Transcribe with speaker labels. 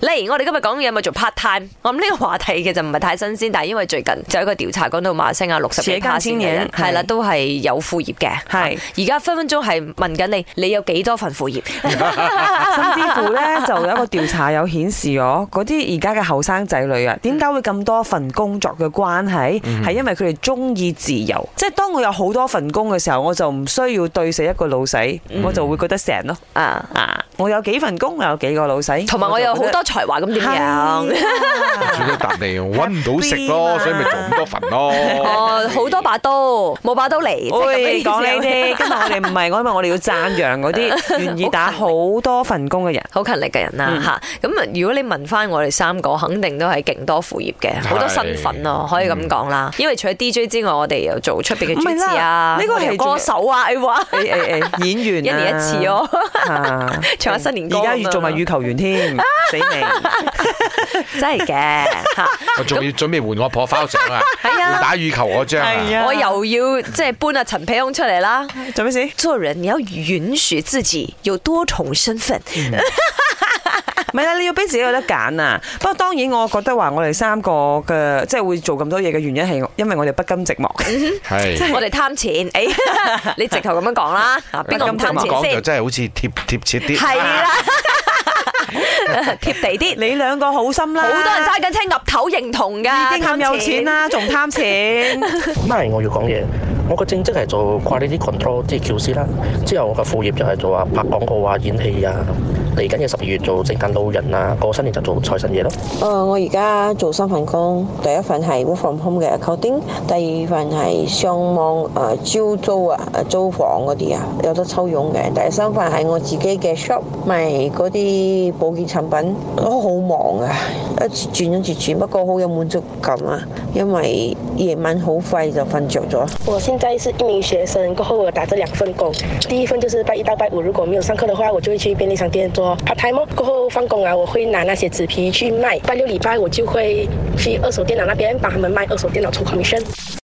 Speaker 1: 嚟，我哋今日講嘢咪做 part time。我諗呢個話題嘅就唔係太新鮮，但係因為最近就有一個調查講到馬來西亞六十幾
Speaker 2: 社交
Speaker 1: p
Speaker 2: 青
Speaker 1: 嘅
Speaker 2: 年
Speaker 1: 人係啦，
Speaker 2: 係
Speaker 1: 都係有副業嘅。
Speaker 2: 係
Speaker 1: 而家分分鐘係問緊你，你有幾多份 副業？
Speaker 2: 甚至乎咧，就有一個調查有顯示咗，嗰啲而家嘅後生仔女啊，點解會咁多份工作嘅關係？係因為佢哋中意自由，即係當我有好多份工嘅時候，我就唔需要對死一個老細，我就會覺得成咯。
Speaker 1: 啊，
Speaker 2: 啊，我有幾份工，我有幾個老細，
Speaker 1: 同埋我有好多才華，咁點樣？
Speaker 2: 樣。
Speaker 3: 主要答你揾唔到食
Speaker 2: Happy
Speaker 3: 咯，
Speaker 2: 嘛
Speaker 3: 所以咪做咁多份咯。
Speaker 1: 哦，好多把刀，冇把刀嚟。即係咁嘅意
Speaker 2: 喂，
Speaker 1: 思啊
Speaker 2: 講呢啲，今日我哋唔係我，因為我哋要讚揚嗰啲願意打好多份工嘅人。
Speaker 1: 好勤力嘅人啦
Speaker 2: 嗯
Speaker 1: 吓，咁啊、如果你問翻我哋三個，肯定都係勁多副業嘅，好多身份咯，可以咁講啦。因為除咗 DJ 之外，我哋又做出邊嘅主
Speaker 2: 嗯唔係
Speaker 1: 持啊
Speaker 2: 啦，呢個
Speaker 1: 我哋有
Speaker 2: 係哎
Speaker 1: 歌手啊，你 話
Speaker 2: 誒誒誒，演員
Speaker 1: 一年一次哦，
Speaker 2: 啊，
Speaker 1: 唱下新年歌咁
Speaker 2: 而
Speaker 1: 樣
Speaker 2: 家要做埋羽球 員添，死你！
Speaker 1: 真係嘅吓，
Speaker 3: 我仲要準備換我破包獎啊！
Speaker 1: 係啊
Speaker 3: 要打羽球嗰張
Speaker 2: 係
Speaker 3: 啊！
Speaker 2: 啊
Speaker 1: 我又要即係搬阿陳皮翁出嚟 啦。
Speaker 2: 做咩事？
Speaker 1: 做人你要允許自己有多重身份，
Speaker 2: 嗯唔係啦，你要俾自己有得揀啊！不過當然，我覺得話我哋三個嘅即係會做咁多嘢嘅原因係因為我哋不甘寂寞。
Speaker 3: 係
Speaker 1: 我哋貪錢。誒， 你直頭咁樣講 啦，啊邊個唔
Speaker 2: 咁
Speaker 1: 貪
Speaker 3: 咁
Speaker 1: 錢
Speaker 3: 講就
Speaker 1: 先？
Speaker 3: 真係好似貼貼切啲。
Speaker 1: 係啊啦， 貼地啲。
Speaker 2: 你兩個好心啦，
Speaker 1: 好多人 啊揸緊車岌頭認同㗎，
Speaker 2: 已經咁有錢啦，仲貪錢。
Speaker 4: 唔係我要講嘢，我個正職係做 quality control 即係 QC 啦，之後我嘅副業就係做啊拍廣告啊、演戲啊，嚟緊嘅十二月做聖誕老人啊，過新年就做財神爺咯。
Speaker 5: 誒、呃我而家做三份工，第一份係 work from home 嘅 accounting，第二份係上網誒、呃招租啊、呃租房嗰啲啊，有得抽佣嘅。第三份係我自己嘅 shop 賣嗰啲保健產品，都好忙啊，一直轉一直轉，不過好有滿足感啊，因為夜晚好快就瞓着咗。
Speaker 6: 我现在是一名学生，过后我打这两份工。第一份就是拜一到拜五，如果没有上课的话，我就会去便利商店做 part time 哦。过后放工啊，我会拿那些纸皮去卖。拜六礼拜我就会去二手电脑那边帮他们卖二手电脑出 commission。